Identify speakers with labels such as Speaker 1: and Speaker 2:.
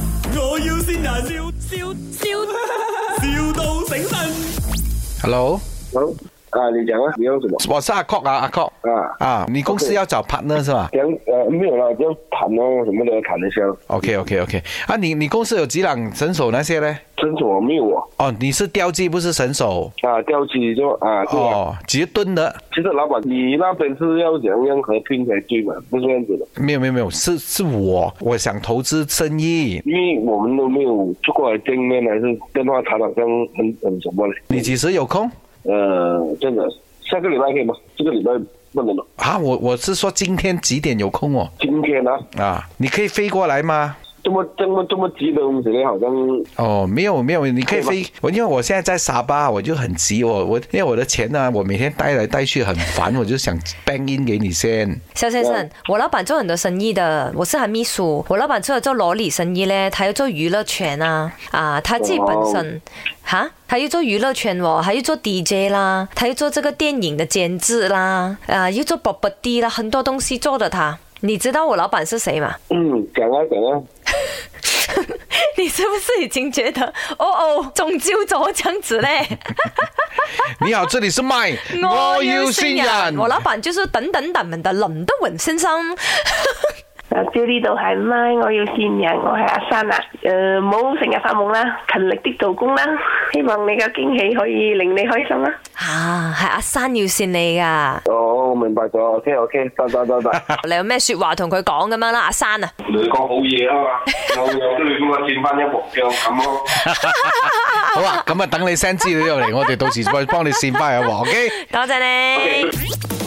Speaker 1: 要先人，笑笑笑，,笑到醒神。
Speaker 2: Hello，
Speaker 3: 好啊，你讲啊，你要什么
Speaker 2: 我是阿 Cock 啊，阿 Cock
Speaker 3: 啊？
Speaker 2: 啊，你公司
Speaker 3: OK
Speaker 2: 要找 partner 是吧
Speaker 3: 讲呃没有了，就谈哦什么的谈一下。
Speaker 2: ？OK OK OK，啊，你你公司有几档绳手那些呢？
Speaker 3: 真所没有我
Speaker 2: 哦，你是吊机不是绳手？
Speaker 3: 啊，掉漆就啊，对啊。
Speaker 2: 哦，几吨的？
Speaker 3: 其实老板，你那边是要怎样合并才对嘛？不是这样子的，
Speaker 2: 没有没有没有，是是我，我想投资生意。
Speaker 3: 因为我们都没有坐过来见面，还是电话谈好像很很什么嘞。
Speaker 2: 你几时有空？
Speaker 3: 呃，真的，下个礼拜可以吗？这个礼拜不能了。
Speaker 2: 啊，我我是说今天几点有空哦？
Speaker 3: 今天啊，
Speaker 2: 啊，你可以飞过来吗？
Speaker 3: 这么这么这么急的东西呢，好像
Speaker 2: 哦，没有没有，你可以飞。我因为我现在在沙巴，我就很急哦。我因为我的钱呢、我每天带来带去很烦，我就想 bank in 给你先。
Speaker 4: 肖先生，我老板做很多生意的，我是很秘书。我老板除了做萝莉生意呢，他要做娱乐圈啊，啊，他自己本身哈，他要做娱乐圈哦，还要做 DJ 啦，他要做这个电影的监制啦，啊，要做 property 啦，很多东西做的他。你知道我老板是谁吗？
Speaker 3: 嗯，讲啊讲啊，
Speaker 4: 你是不是已经觉得哦哦中招咗这样子嘞？
Speaker 2: 你好，这里是麦，
Speaker 4: 先我啊老板就是等等等们的林德榮先生。
Speaker 5: 啊，朝呢度係咪？我要善人，我係阿珊啊。誒、唔好成日發夢啦，勤力啲做工啦。希望你嘅驚喜可以令你開心啦。
Speaker 4: 啊，係阿山要線你啊噶，
Speaker 3: 哦，明白咗，OK OK，得得得得。
Speaker 4: 你有咩说話同佢講咁樣啦，阿山啊，
Speaker 6: 你講好嘢啊嘛，有有都要咁啊，佔翻一目標咁咯。
Speaker 2: 好啊，咁啊，等你 send 啊資料嚟，我哋到時再幫你線翻入喎，OK。
Speaker 4: 多謝你。